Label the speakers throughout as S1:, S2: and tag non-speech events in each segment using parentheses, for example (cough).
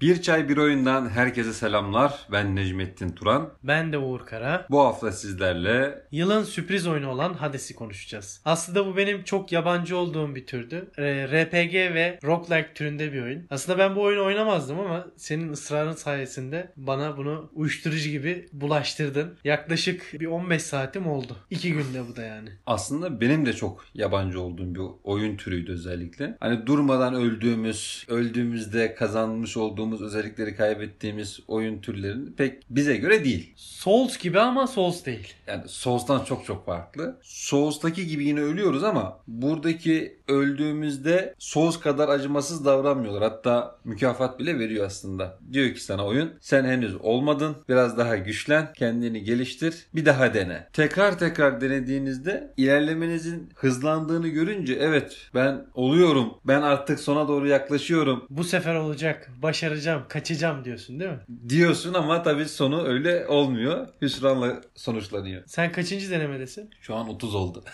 S1: Bir Çay Bir Oyundan herkese selamlar. Ben Necmettin Turan.
S2: Ben de Uğur Kara.
S1: Bu hafta sizlerle
S2: Yılın sürpriz oyunu olan Hades'i konuşacağız. Aslında bu benim çok yabancı olduğum bir türdü. Ee, RPG ve roguelike türünde bir oyun. Aslında ben bu oyunu oynamazdım ama senin ısrarın sayesinde bana bunu uyuşturucu gibi bulaştırdın. Yaklaşık bir 15 saatim oldu. 2 günde bu da yani.
S1: aslında benim de çok yabancı olduğum bir oyun türüydü özellikle. Hani durmadan öldüğümüz, öldüğümüzde kazanmış olduğumuz özellikleri kaybettiğimiz oyun türlerinin pek bize göre değil.
S2: Souls gibi ama Souls değil.
S1: Yani Souls'tan çok çok farklı. Souls'taki gibi yine ölüyoruz ama buradaki öldüğümüzde Souls kadar acımasız davranmıyorlar. Hatta mükafat bile veriyor aslında. Diyor ki sana oyun sen henüz olmadın. Biraz daha güçlen. Kendini geliştir. Bir daha dene. Tekrar tekrar denediğinizde ilerlemenizin hızlandığını görünce evet ben oluyorum. Ben artık sona doğru yaklaşıyorum
S2: Bu sefer olacak, başaracağım, kaçacağım diyorsun değil mi?
S1: diyorsun ama tabii sonu öyle olmuyor. Hüsranla sonuçlanıyor.
S2: Sen kaçıncı denemedesin?
S1: Şu an 30 oldu.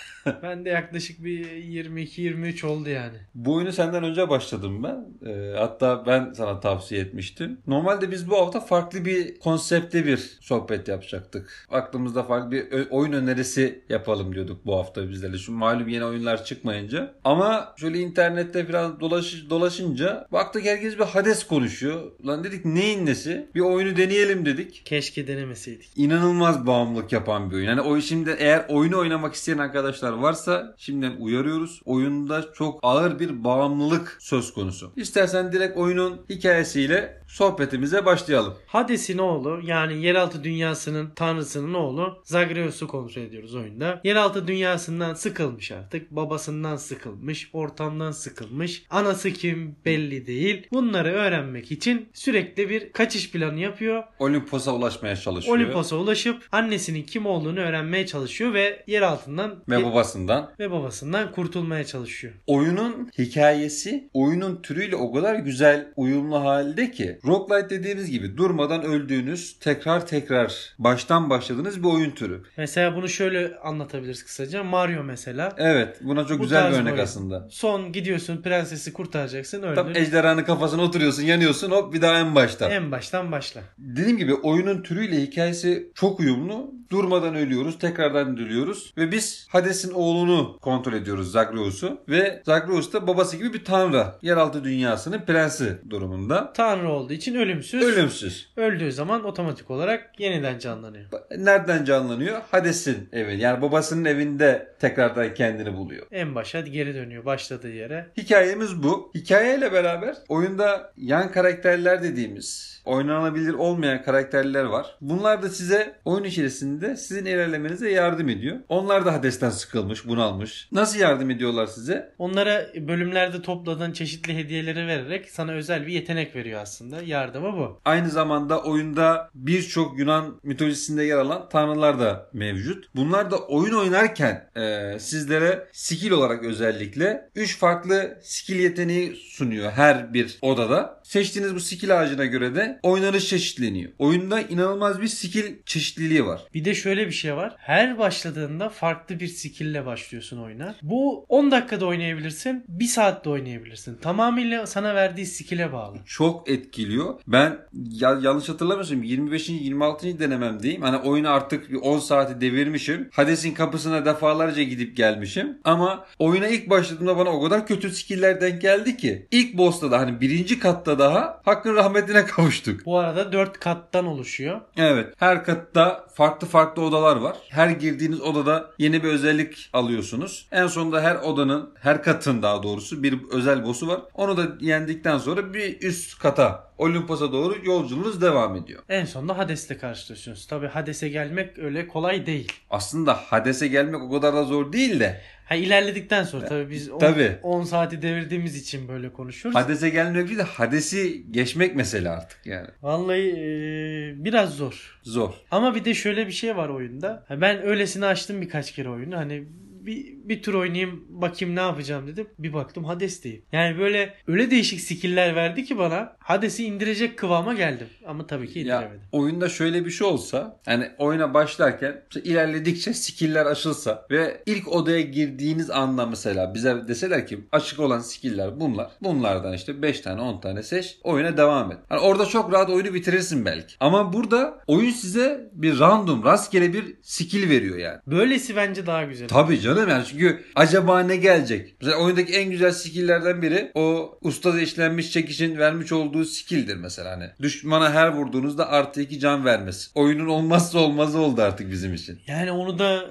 S2: ben de yaklaşık bir 22-23 oldu yani.
S1: Bu oyunu senden önce başladım ben. Ee, hatta ben sana tavsiye etmiştim. Normalde biz bu hafta farklı bir konsepte bir sohbet yapacaktık. Aklımızda farklı bir ö- oyun önerisi yapalım diyorduk bu hafta bizlerle. Şu malum yeni oyunlar çıkmayınca. Ama şöyle internette biraz dolaş, dolaşınca baktık herkes bir Hades konuşuyor. Lan dedik neyin nesi? Bir oyunu deneyelim dedik
S2: Keşke denemeseydik.
S1: inanılmaz bağımlılık yapan bir oyun. Yani o şimdi eğer oyunu oynamak isteyen arkadaşlar varsa şimdiden uyarıyoruz. Oyunda çok ağır bir bağımlılık söz konusu. İstersen direkt oyunun hikayesiyle sohbetimize başlayalım.
S2: Hades'in oğlu yani yeraltı dünyasının tanrısının oğlu Zagreus'u kontrol ediyoruz oyunda. Yeraltı dünyasından sıkılmış artık. Babasından sıkılmış. Ortamdan sıkılmış. Anası kim belli değil. Bunları öğrenmek için sürekli bir kaçış planı yapıyor.
S1: Olimpos'a ulaşmaya çalışıyor.
S2: Olimpos'a ulaşıp annesinin kim olduğunu öğrenmeye çalışıyor ve yer altından
S1: ve babasından.
S2: ve babasından kurtulmaya çalışıyor.
S1: Oyunun hikayesi oyunun türüyle o kadar güzel uyumlu halde ki roguelite dediğimiz gibi durmadan öldüğünüz tekrar tekrar baştan başladığınız bir oyun türü.
S2: Mesela bunu şöyle anlatabiliriz kısaca. Mario mesela.
S1: Evet buna çok
S2: Bu
S1: güzel
S2: tarz
S1: bir
S2: bir
S1: örnek
S2: oyun.
S1: aslında.
S2: Son gidiyorsun prensesi kurtaracaksın
S1: Tam
S2: öldür.
S1: ejderhanın kafasına oturuyorsun, yanıyorsun. Hop bir daha en baştan.
S2: En baştan başla.
S1: Dediğim gibi oyunun türüyle hikayesi çok uyumlu. Durmadan ölüyoruz, tekrardan ölüyoruz ve biz Hades'in oğlunu kontrol ediyoruz Zagreus'u ve Zagreus da babası gibi bir tanrı. Yeraltı dünyasının prensi durumunda.
S2: Tanrı olduğu için ölümsüz.
S1: Ölümsüz.
S2: Öldüğü zaman otomatik olarak yeniden canlanıyor.
S1: Nereden canlanıyor? Hades'in evi. Yani babasının evinde tekrardan kendini buluyor.
S2: En başa geri dönüyor başladığı yere.
S1: Hikayemiz bu. Hikayeyle beraber oyunda yan karakterler dediğimiz oynanabilir olmayan karakterler var. Bunlar da size oyun içerisinde sizin ilerlemenize yardım ediyor. Onlar da Hades'ten sıkılmış, bunalmış. Nasıl yardım ediyorlar size?
S2: Onlara bölümlerde topladığın çeşitli hediyeleri vererek sana özel bir yetenek veriyor aslında. Yardımı bu.
S1: Aynı zamanda oyunda birçok Yunan mitolojisinde yer alan tanrılar da mevcut. Bunlar da oyun oynarken e, sizlere skill olarak özellikle 3 farklı skill yeteneği sunuyor her bir odada. Seçtiğiniz bu skill ağacına göre de oynanış çeşitleniyor. Oyunda inanılmaz bir skill çeşitliliği var.
S2: Bir de şöyle bir şey var. Her başladığında farklı bir skill'le başlıyorsun oyuna. Bu 10 dakikada oynayabilirsin, 1 saatte oynayabilirsin. Tamamıyla sana verdiği skill'e bağlı.
S1: çok etkiliyor. Ben ya- yanlış hatırlamıyorsam 25. 26. denememdeyim. Hani oyunu artık bir 10 saati devirmişim. Hades'in kapısına defalarca gidip gelmişim. Ama oyuna ilk başladığımda bana o kadar kötü skill'ler denk geldi ki. ilk boss'ta da hani birinci katta daha Hakk'ın rahmetine (laughs) kavuştuk.
S2: Bu arada 4 kattan oluşuyor.
S1: Evet. Her katta farklı farklı odalar var. Her girdiğiniz odada yeni bir özellik alıyorsunuz. En sonunda her odanın, her katın daha doğrusu bir özel boss'u var. Onu da yendikten sonra bir üst kata, Olimpos'a doğru yolculuğunuz devam ediyor.
S2: En sonunda Hades'le karşılaşıyorsunuz. Tabi Hades'e gelmek öyle kolay değil.
S1: Aslında Hades'e gelmek o kadar da zor değil de
S2: Ha ilerledikten sonra tabii biz
S1: Tabii.
S2: 10 saati devirdiğimiz için böyle konuşuyoruz.
S1: Hades'e gelmek değil de Hades'i geçmek mesele artık yani.
S2: Vallahi eee, biraz zor.
S1: Zor.
S2: Ama bir de şöyle bir şey var oyunda. Ha, Ben öylesine açtım birkaç kere oyunu. Hani bir, bir tur oynayayım bakayım ne yapacağım dedim. Bir baktım Hades'teyim. Yani böyle öyle değişik skill'ler verdi ki bana. Hades'i indirecek kıvama geldim. Ama tabii ki indiremedim.
S1: Ya, oyunda şöyle bir şey olsa yani oyuna başlarken işte ilerledikçe skill'ler aşılsa ve ilk odaya girdiğiniz anda mesela bize deseler ki açık olan skill'ler bunlar. Bunlardan işte 5 tane 10 tane seç oyuna devam et. Hani orada çok rahat oyunu bitirirsin belki. Ama burada oyun size bir random rastgele bir skill veriyor yani.
S2: Böylesi bence daha güzel.
S1: Tabii canım yani çünkü acaba ne gelecek? Mesela oyundaki en güzel skill'lerden biri o ustada işlenmiş çekişin vermiş olduğu skill'dir mesela hani. Düşmana her vurduğunuzda artı 2 can vermesi. Oyunun olmazsa olmazı oldu artık bizim için.
S2: Yani onu da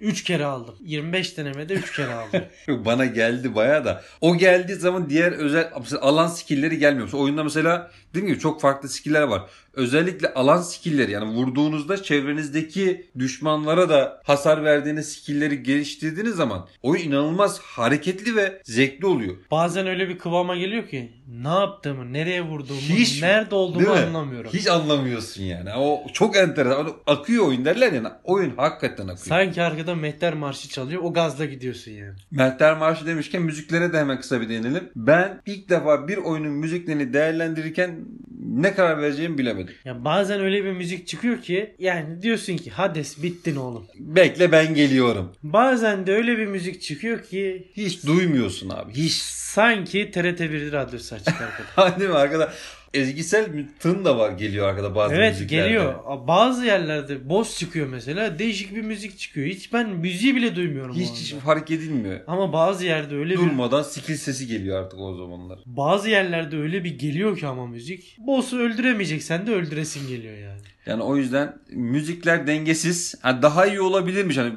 S2: 3 kere aldım. 25 denemede 3
S1: (laughs)
S2: kere aldım.
S1: Yok, Bana geldi bayağı da. O geldiği zaman diğer özel mesela alan skill'leri gelmiyor. Mesela oyunda mesela dediğim gibi çok farklı skill'ler var. Özellikle alan skill'leri yani vurduğunuzda çevrenizdeki düşmanlara da hasar verdiğiniz skill'leri geliştirdiğiniz zaman oyun inanılmaz hareketli ve zevkli oluyor.
S2: Bazen öyle bir kıvama geliyor ki ne yaptığımı, nereye vurduğumu,
S1: Hiç-
S2: nerede olduğumu
S1: Değil mi?
S2: anlamıyorum.
S1: Hiç anlamıyorsun yani. O çok enteresan. Akıyor oyun derler ya. Oyun hakikaten akıyor.
S2: Sanki arkada mehter marşı çalıyor. O gazla gidiyorsun yani.
S1: Mertler Marşı demişken müziklere de hemen kısa bir değinelim. Ben ilk defa bir oyunun müziklerini değerlendirirken ne karar vereceğimi bilemedim.
S2: Ya bazen öyle bir müzik çıkıyor ki yani diyorsun ki Hades bittin oğlum.
S1: Bekle ben geliyorum.
S2: Bazen de öyle bir müzik çıkıyor ki
S1: Hiç duymuyorsun abi. Hiç. (laughs) Hani
S2: sanki TRT1 radyosu açık arkada.
S1: Değil mi arkada? Ezgisel bir tın da var geliyor arkada (laughs) bazı
S2: evet
S1: müziklerde.
S2: geliyor. Bazı yerlerde boz çıkıyor mesela. Değişik bir müzik çıkıyor. Hiç ben müziği bile duymuyorum o
S1: Hiç,
S2: anda.
S1: hiç fark edilmiyor.
S2: Ama bazı yerde öyle bir
S1: Durmadan skill sesi geliyor artık o zamanlar.
S2: Bazı yerlerde öyle bir geliyor ki ama müzik. Boss'u öldüremeyeceksen de öldüresin geliyor yani.
S1: Yani o yüzden müzikler dengesiz. Ha, daha iyi olabilirmiş. Hani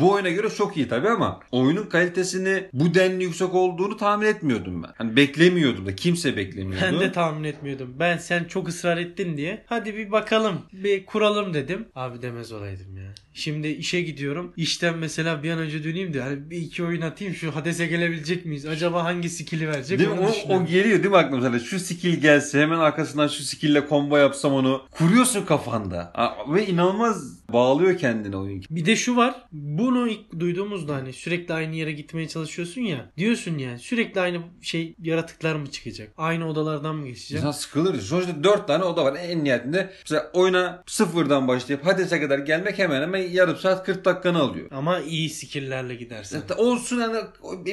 S1: bu oyuna göre çok iyi tabii ama oyunun kalitesini bu denli yüksek olduğunu tahmin etmiyordum ben. Hani beklemiyordum da kimse beklemiyordu.
S2: Ben de tahmin etmiyordum. Ben sen çok ısrar ettin diye. Hadi bir bakalım. Bir kuralım dedim. Abi demez olaydım ya. Şimdi işe gidiyorum. İşten mesela bir an önce döneyim de hani bir iki oyun atayım şu Hades'e gelebilecek miyiz? Acaba hangi skill'i verecek?
S1: Değil mi?
S2: onu
S1: O, o
S2: düşünüyorum.
S1: geliyor değil mi aklıma mesela şu skill gelse hemen arkasından şu skill'le combo yapsam onu kuruyorsun kafanda. Ha, Ve inanılmaz bağlıyor kendini oyun.
S2: Bir de şu var. Bunu ilk duyduğumuzda hani sürekli aynı yere gitmeye çalışıyorsun ya. Diyorsun yani sürekli aynı şey yaratıklar mı çıkacak? Aynı odalardan mı geçeceğim?
S1: İnsan sıkılır. Sonuçta 4 tane oda var en nihayetinde. Mesela oyuna sıfırdan başlayıp Hades'e kadar gelmek hemen hemen yarım saat 40 dakikanı alıyor.
S2: Ama iyi skill'lerle gidersen.
S1: Zaten olsun hani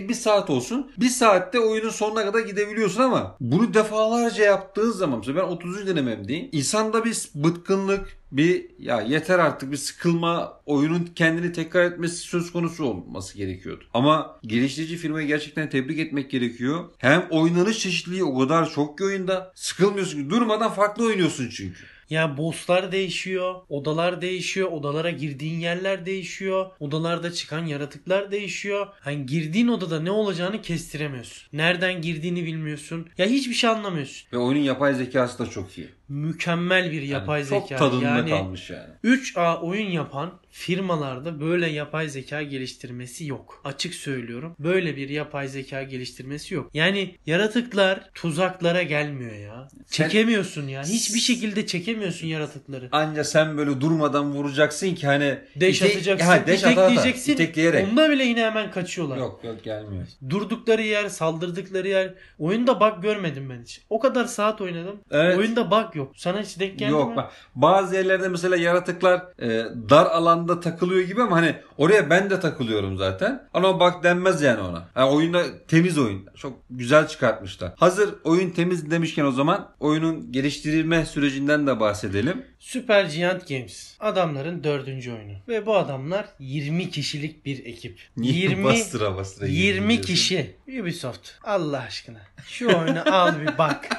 S1: bir saat olsun. Bir saatte oyunun sonuna kadar gidebiliyorsun ama bunu defalarca yaptığın zaman mesela ben 30. denememdeyim. İnsanda bir bıtkınlık bir ya yeter artık bir sıkılma oyunun kendini tekrar etmesi söz konusu olması gerekiyordu. Ama geliştirici firmayı gerçekten tebrik etmek gerekiyor. Hem oynanış çeşitliliği o kadar çok ki oyunda sıkılmıyorsun ki durmadan farklı oynuyorsun çünkü.
S2: Ya bosslar değişiyor, odalar değişiyor, odalara girdiğin yerler değişiyor, odalarda çıkan yaratıklar değişiyor. Hani girdiğin odada ne olacağını kestiremiyorsun. Nereden girdiğini bilmiyorsun. Ya hiçbir şey anlamıyorsun.
S1: Ve oyunun yapay zekası da çok iyi.
S2: Mükemmel bir
S1: Yani
S2: yapay
S1: çok
S2: zeka.
S1: tadında
S2: yani
S1: kalmış yani.
S2: 3A oyun yapan firmalarda böyle yapay zeka geliştirmesi yok. Açık söylüyorum. Böyle bir yapay zeka geliştirmesi yok. Yani yaratıklar tuzaklara gelmiyor ya.
S1: Sen-
S2: Çekemiyorsun ya. Hiçbir şekilde çekemiyorsun yaratıkları.
S1: Anca sen böyle durmadan vuracaksın ki hani
S2: Deş
S1: İte-
S2: atacaksın,
S1: Ha, deş ata ata.
S2: itekleyeceksin.
S1: İtekleyerek.
S2: Onda bile yine hemen kaçıyorlar.
S1: Yok yok gelmiyor.
S2: Durdukları yer, saldırdıkları yer. Oyunda bug görmedim ben hiç. O kadar saat oynadım.
S1: Evet.
S2: Oyunda bug yok. Sana hiç denk geldi mi?
S1: Yok bak bazı yerlerde mesela yaratıklar e, dar alanda takılıyor gibi ama hani oraya ben de takılıyorum zaten. Ama bak denmez yani ona. Yani oyunda temiz oyun. Çok güzel çıkartmışlar. Hazır oyun temiz demişken o zaman oyunun geliştirilme sürecinden de bahsedelim.
S2: Super Giant Games. Adamların dördüncü oyunu. Ve bu adamlar 20 kişilik bir ekip.
S1: Niye (laughs)
S2: 20
S1: bastıra bastıra
S2: 20
S1: gidiyorsun?
S2: kişi. Ubisoft. Allah aşkına. Şu oyunu al bir bak.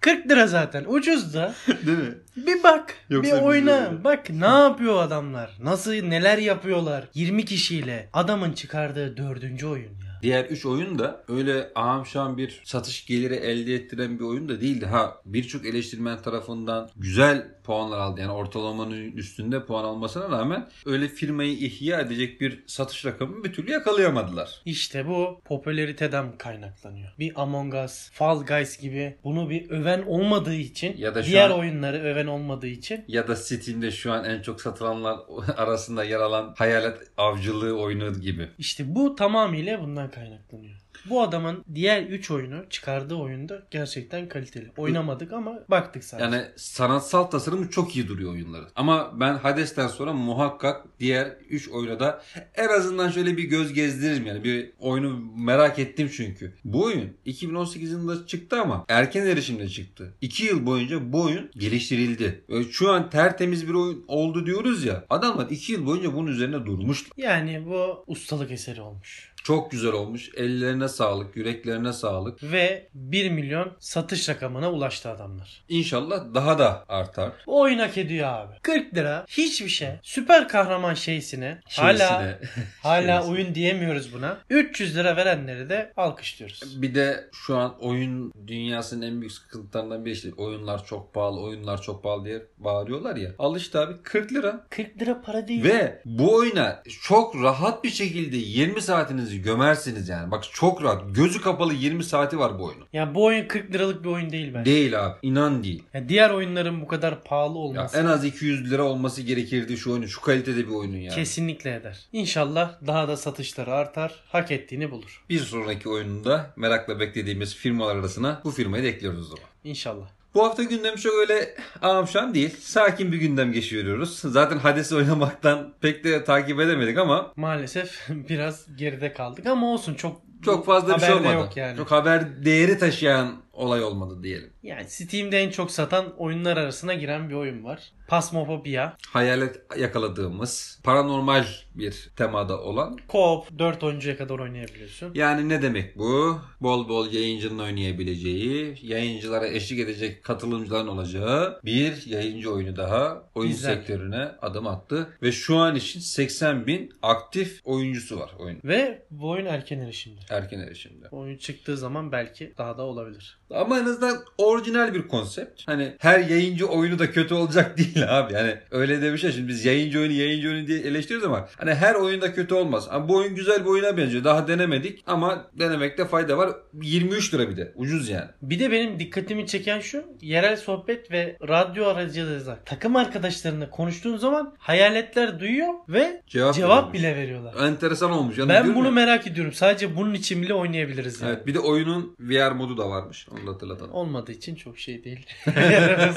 S2: 40 lira zaten. Ucuz da.
S1: (laughs) Değil mi?
S2: Bir bak.
S1: Yoksa
S2: bir oyna.
S1: bilmiyorum.
S2: Bak ne yapıyor adamlar. Nasıl neler yapıyorlar. 20 kişiyle. Adamın çıkardığı dördüncü oyun ya.
S1: Diğer 3 oyun da öyle aham şaham bir satış geliri elde ettiren bir oyun da değildi. Ha birçok eleştirmen tarafından güzel puanlar aldı. Yani ortalamanın üstünde puan almasına rağmen öyle firmayı ihya edecek bir satış rakamını bir türlü yakalayamadılar.
S2: İşte bu popülariteden kaynaklanıyor. Bir Among Us, Fall Guys gibi bunu bir öven olmadığı için
S1: Ya da şu
S2: diğer
S1: an-
S2: oyunları öven olmadığı için
S1: Ya da Steam'de şu an en çok satılanlar (laughs) arasında yer alan hayalet avcılığı oyunu gibi.
S2: işte bu tamamıyla bundan kaynaklanıyor. Bu adamın diğer 3 oyunu çıkardığı oyunda gerçekten kaliteli. Oynamadık ama baktık sadece.
S1: Yani sanatsal tasarımı çok iyi duruyor oyunları. Ama ben Hades'ten sonra muhakkak diğer 3 oyuna da en azından şöyle bir göz gezdiririm yani. Bir oyunu merak ettim çünkü. Bu oyun 2018 yılında çıktı ama erken erişimde çıktı. 2 yıl boyunca bu oyun geliştirildi. Ve Şu an tertemiz bir oyun oldu diyoruz ya. Adamlar 2 yıl boyunca bunun üzerine durmuş.
S2: yani bu ustalık eseri olmuş.
S1: Çok güzel olmuş. Ellerine sağlık, yüreklerine sağlık.
S2: Ve 1 milyon satış rakamına ulaştı adamlar.
S1: İnşallah daha da artar.
S2: Bu oyun hak ediyor abi. 40 lira hiçbir şey. Süper kahraman şeysine hala
S1: Şeysine.
S2: hala
S1: şeysine.
S2: oyun diyemiyoruz buna. 300 lira verenleri de alkışlıyoruz.
S1: Bir de şu an oyun dünyasının en büyük sıkıntılarından biri işte oyunlar çok pahalı, oyunlar çok pahalı diye bağırıyorlar ya. Al işte abi 40 lira.
S2: 40 lira para değil.
S1: Ve bu oyuna çok rahat bir şekilde 20 saatinizi gömersiniz yani. Bak çok rahat. Gözü kapalı 20 saati var bu oyunun.
S2: Ya bu oyun 40 liralık bir oyun değil bence.
S1: Değil abi. inan değil.
S2: Ya diğer oyunların bu kadar pahalı
S1: Ya
S2: olması
S1: en az 200 lira olması gerekirdi şu oyunun. Şu kalitede bir oyunun yani.
S2: kesinlikle eder. İnşallah daha da satışları artar, hak ettiğini bulur.
S1: Bir sonraki oyununda merakla beklediğimiz firmalar arasına bu firmayı da ekliyoruz o zaman.
S2: İnşallah.
S1: Bu hafta gündem çok öyle amşan değil. Sakin bir gündem geçiriyoruz. Zaten Hades'i oynamaktan pek de takip edemedik ama
S2: Maalesef (laughs) biraz geride kaldık ama olsun çok
S1: çok fazla bir şey
S2: haber de
S1: olmadı.
S2: yok yani.
S1: Çok haber değeri taşıyan olay olmadı diyelim.
S2: Yani Steam'de en çok satan oyunlar arasına giren bir oyun var. Phasmophobia.
S1: Hayalet yakaladığımız paranormal bir temada olan.
S2: Co-op 4 oyuncuya kadar oynayabiliyorsun.
S1: Yani ne demek bu? Bol bol yayıncının oynayabileceği, yayıncılara eşlik edecek katılımcıların olacağı bir yayıncı oyunu daha oyun
S2: Güzel.
S1: sektörüne adım attı. Ve şu an için 80 bin aktif oyuncusu var oyunun.
S2: Ve bu oyun erken erişimde.
S1: Erken erişimde.
S2: Bu oyun çıktığı zaman belki daha da olabilir.
S1: Ama en azından orijinal bir konsept. Hani her yayıncı oyunu da kötü olacak (laughs) değil abi. Yani öyle de bir şey. Şimdi biz yayıncı oyunu yayıncı oyunu diye eleştiriyoruz ama hani her oyunda kötü olmaz. Ama bu oyun güzel bir oyuna benziyor. Daha denemedik ama denemekte fayda var. 23 lira bir de. Ucuz yani.
S2: Bir de benim dikkatimi çeken şu yerel sohbet ve radyo aracılığıyla takım arkadaşlarına konuştuğun zaman hayaletler duyuyor ve
S1: Cevap,
S2: cevap
S1: veriyormuş.
S2: bile veriyorlar.
S1: Enteresan olmuş. Yani
S2: Ben
S1: diyorum
S2: bunu
S1: ya.
S2: merak ediyorum. Sadece bunun için bile oynayabiliriz yani.
S1: Evet, bir de oyunun VR modu da varmış. Onu da hatırlatalım.
S2: Olmadığı için çok
S1: (laughs)
S2: şey değil. Yaramaz.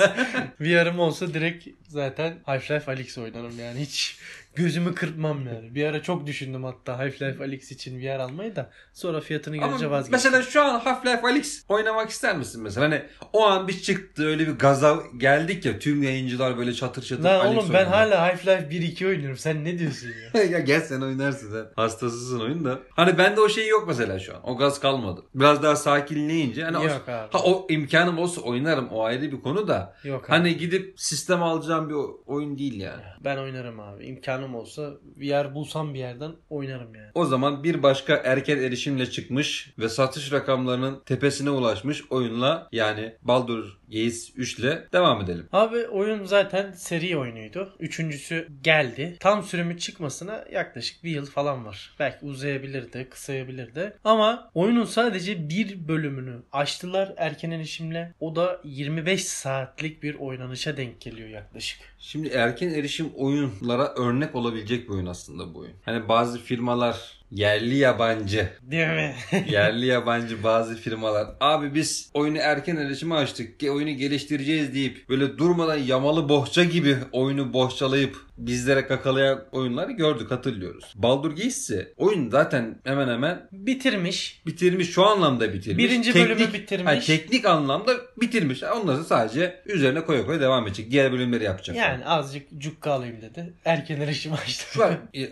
S2: VR'ım olsa direkt zaten Half-Life Alyx oynarım yani hiç gözümü kırpmam yani. Bir ara çok düşündüm hatta Half-Life Alyx için VR almayı da sonra fiyatını görünce
S1: Ama
S2: vazgeçtim.
S1: mesela şu an Half-Life Alyx oynamak ister misin mesela? Hani o an bir çıktı öyle bir gaza geldik ya tüm yayıncılar böyle çatır çatır
S2: Lan
S1: Alyx
S2: oğlum ben
S1: oynuyor.
S2: hala Half-Life 1-2 oynuyorum. Sen ne diyorsun
S1: (laughs)
S2: ya?
S1: ya gel sen oynarsın sen. Hastasısın oyun da. Hani bende o şey yok mesela şu an. O gaz kalmadı. Biraz daha sakinleyince. Hani o,
S2: Yok abi.
S1: ha, o imkanım olsa oynarım. O ayrı bir konu da.
S2: Yok abi.
S1: Hani gidip sistem alacağım bir o- oyun değil yani.
S2: Ben oynarım abi. İmkanım olsa VR bulsam bir yerden oynarım yani.
S1: O zaman bir başka erken erişimle çıkmış ve satış rakamlarının tepesine ulaşmış oyunla yani Baldur Gates 3 ile devam edelim.
S2: Abi oyun zaten seri oyunuydu. Üçüncüsü geldi. Tam sürümü çıkmasına yaklaşık bir yıl falan var. Belki uzayabilirdi, kısayabilirdi. Ama oyunun sadece bir bölümünü açtılar erken erişimle. O da 25 saatlik bir oynanışa denk geliyor yaklaşık.
S1: Şimdi erken erişim oyunlara örnek olabilecek bir oyun aslında bu oyun. Hani bazı firmalar yerli
S2: (laughs)
S1: yabancı
S2: Değil mi?
S1: Yerli yabancı bazı firmalar. Abi biz oyunu erken erişime açtık. Ge- Oyunu geliştireceğiz deyip böyle durmadan yamalı bohça gibi oyunu bohçalayıp bizlere kakalayan oyunları gördük hatırlıyoruz. Baldur Gate ise oyun zaten hemen hemen
S2: Bitirmiş.
S1: bitirmiş şu anlamda bitirmiş.
S2: Birinci bölümü bitirmiş.
S1: Ha, teknik anlamda bitirmiş. Ha, Onları sadece üzerine koya koya devam edecek. Diğer bölümleri yapacak.
S2: Yani azıcık cukka alayım dedi. Erken erişim açtı.
S1: Şu an e, e,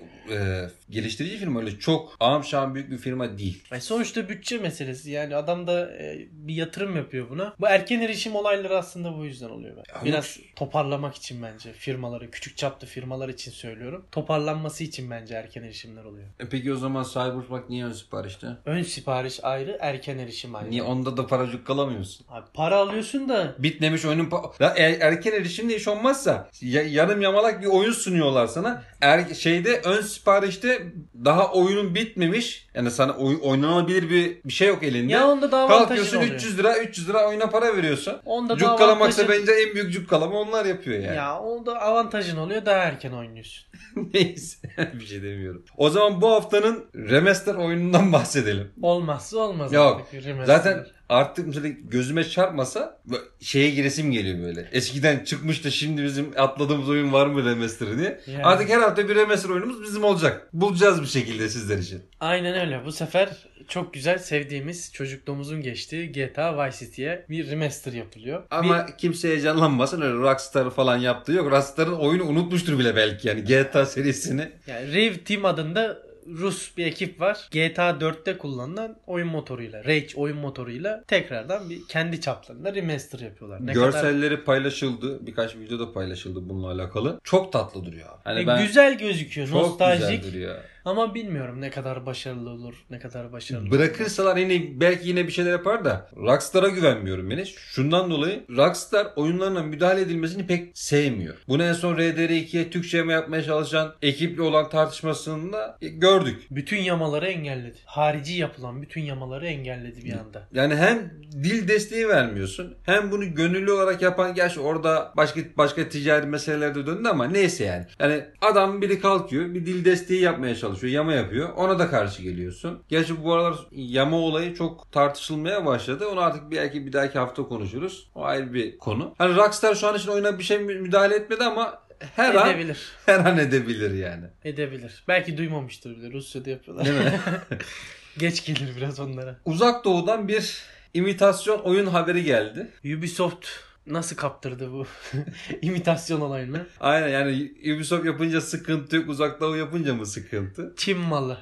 S1: geliştirici firma öyle çok ağam şahım büyük bir firma değil.
S2: E sonuçta bütçe meselesi yani adam da e, bir yatırım yapıyor buna. Bu erken erişim olayları aslında bu yüzden oluyor. Ben.
S1: Ama-
S2: Biraz toparlamak için bence firmaları küçük çaplı firmalar için söylüyorum. Toparlanması için bence erken erişimler oluyor.
S1: E peki o zaman Cyberpunk niye ön siparişte?
S2: Ön sipariş ayrı erken erişim ayrı.
S1: Niye onda da para kalamıyorsun?
S2: Abi para alıyorsun da
S1: Bitmemiş oyunun pa- ya e- erken erişimde iş olmazsa ya- yarım yamalak bir oyun sunuyorlar sana. Er- şeyde ön siparişte daha oyunun bitmemiş. Yani sana oy- oynanabilir bir bir şey yok elinde.
S2: ya onda da avantajın
S1: Kalkıyorsun
S2: oluyor.
S1: 300 lira 300 lira oyuna para veriyorsun.
S2: Onda da
S1: Cukkalamaksa
S2: avantajın-
S1: bence en büyük cukkalama onlar yapıyor yani.
S2: Ya onda avantajın oluyor daha erken oynuyorsun.
S1: (laughs) Neyse bir şey demiyorum. O zaman bu haftanın remaster oyunundan (laughs) bahsedelim.
S2: Olmazsa olmaz.
S1: Yok.
S2: artık remaster.
S1: Zaten artık mesela gözüme çarpmasa bö- şeye giresim geliyor böyle. Eskiden çıkmış da şimdi bizim atladığımız oyun var mı remaster'ı diye.
S2: Yani.
S1: Artık her hafta bir remaster oyunumuz bizim olacak. Bulacağız bir şekilde sizler için.
S2: Aynen öyle. Bu sefer çok güzel sevdiğimiz çocukluğumuzun geçtiği GTA Vice City'ye bir remaster yapılıyor.
S1: Ama kimse heyecanlanmasın öyle Rockstar falan yaptığı yok. Rockstar'ın oyunu unutmuştur bile belki yani GTA serisini.
S2: Bir, yani Rave Team adında Rus bir ekip var. GTA 4'te kullanılan oyun motoruyla, Rage oyun motoruyla tekrardan bir kendi çaplarında remaster yapıyorlar. Ne kadar
S1: Görselleri paylaşıldı. Birkaç video da paylaşıldı bununla alakalı. Çok tatlı duruyor. abi. Hani
S2: E,
S1: ben
S2: güzel gözüküyor,
S1: çok
S2: nostaljik
S1: güzel duruyor.
S2: ama bilmiyorum ne kadar başarılı olur, ne kadar başarılı.
S1: Bırakırsalar yine belki yine bir şeyler yapar da Rockstar'a güvenmiyorum beni. Şundan dolayı Rockstar oyunlarına müdahale edilmesini pek sevmiyor. Bunu en son RDR2'ye Türkçe mi yapmaya çalışan ekiple olan tartışmasında gördük.
S2: Bütün yamaları engelledi. Harici yapılan bütün yamaları engelledi bir anda.
S1: Yani hem dil desteği vermiyorsun hem bunu gönüllü olarak yapan gerçi orada başka başka ticari meselelerde döndü ama neyse yani. Yani adam biri kalkıyor bir dil desteği yapmaya çalışıyor yama yapıyor ona da karşı geliyorsun. Gerçi bu aralar yama olayı çok tartışılmaya başladı onu artık belki bir dahaki hafta konuşuruz. O ayrı bir konu. Hani Rockstar şu an için oyuna bir şey müdahale etmedi ama her an
S2: Edebilir.
S1: her an edebilir yani.
S2: Edebilir. Belki duymamıştır bile. Rusya'da yapıyorlar.
S1: Değil mi?
S2: (laughs) Geç gelir biraz onlara.
S1: Uzak doğudan bir imitasyon oyun haberi geldi.
S2: Ubisoft nasıl kaptırdı bu (laughs) imitasyon olayını?
S1: Aynen yani Ubisoft yapınca sıkıntı yok. Uzak Doğu yapınca mı sıkıntı?
S2: Çin malı.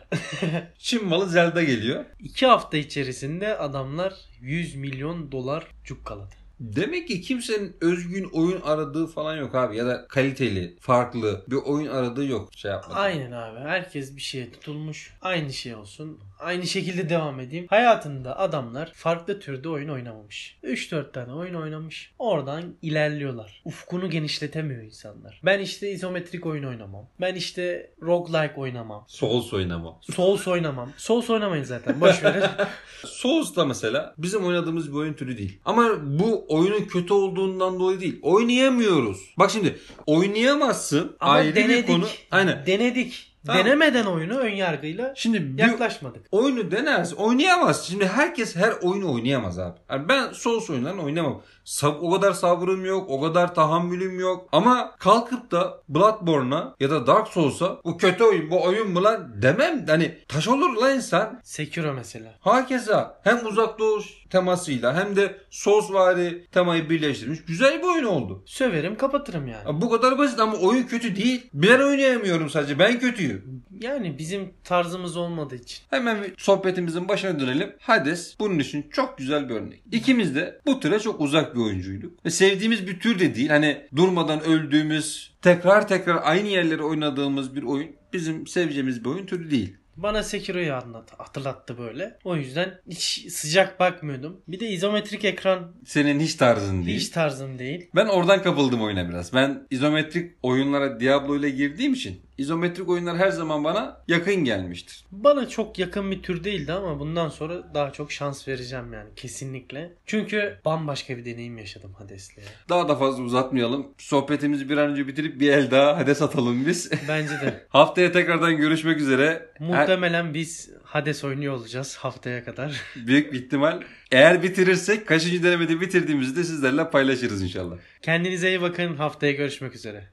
S1: Çin malı Zelda geliyor.
S2: İki hafta içerisinde adamlar 100 milyon dolar cukkaladı.
S1: Demek ki kimsenin özgün oyun aradığı falan yok abi. Ya da kaliteli, farklı bir oyun aradığı yok. Şey yapmadı.
S2: Aynen abi. Herkes bir şeye tutulmuş. Aynı şey olsun. Aynı şekilde devam edeyim. Hayatında adamlar farklı türde oyun oynamamış. 3-4 tane oyun oynamış. Oradan ilerliyorlar. Ufkunu genişletemiyor insanlar. Ben işte izometrik oyun oynamam. Ben işte roguelike oynamam.
S1: Souls oynama.
S2: Souls oynamam. Souls oynamayın zaten. Boş verin.
S1: (laughs) Souls da mesela bizim oynadığımız bir oyun türü değil. Ama bu oyunun kötü olduğundan dolayı değil. Oynayamıyoruz. Bak şimdi oynayamazsın.
S2: Ama
S1: ayrı
S2: denedik.
S1: bir konu. Aynen.
S2: Denedik.
S1: Tamam.
S2: Denemeden oyunu ön yargıyla
S1: Şimdi bir
S2: yaklaşmadık.
S1: oyunu denersin oynayamaz. Şimdi herkes her oyunu oynayamaz abi. Yani ben Souls oyunlarını oynamam. Sab- o kadar sabrım yok, o kadar tahammülüm yok. Ama kalkıp da Bloodborne'a ya da Dark Souls'a bu kötü oyun, bu oyun mu lan demem. Hani taş olur lan insan.
S2: Sekiro mesela.
S1: Hakeza hem uzak doğu temasıyla hem de Soulsvari temayı birleştirmiş güzel bir oyun oldu.
S2: Söverim kapatırım yani.
S1: Ya Bu kadar basit ama oyun kötü değil. Ben oynayamıyorum sadece ben kötüyüm.
S2: Yani bizim tarzımız olmadığı için.
S1: Hemen bir sohbetimizin başına dönelim. Hades bunun için çok güzel bir örnek. İkimiz de bu türe çok uzak bir oyuncuyduk. Ve sevdiğimiz bir tür de değil. Hani durmadan öldüğümüz, tekrar tekrar aynı yerleri oynadığımız bir oyun bizim seveceğimiz bir oyun türü değil.
S2: Bana Sekiro'yu anlat, hatırlattı böyle. O yüzden hiç sıcak bakmıyordum. Bir de izometrik ekran
S1: Senin hiç tarzın değil.
S2: hiç tarzım değil.
S1: Ben oradan kapıldım oyuna biraz. Ben izometrik oyunlara Diablo ile girdiğim için izometrik oyunlar her zaman bana yakın gelmiştir.
S2: Bana çok yakın bir tür değildi ama bundan sonra daha çok şans vereceğim yani kesinlikle. Çünkü bambaşka bir deneyim yaşadım Hades'le. ya.
S1: Daha da fazla uzatmayalım. Sohbetimizi bir an önce bitirip bir el daha Hades atalım biz. (laughs)
S2: Bence de.
S1: Haftaya tekrardan görüşmek üzere. Her-
S2: Muhtemelen biz Hades oynuyor olacağız haftaya kadar. (laughs)
S1: büyük bir ihtimal. Eğer bitirirsek kaçıncı denemede bitirdiğimizi de sizlerle paylaşırız inşallah.
S2: Kendinize iyi bakın. Haftaya görüşmek üzere.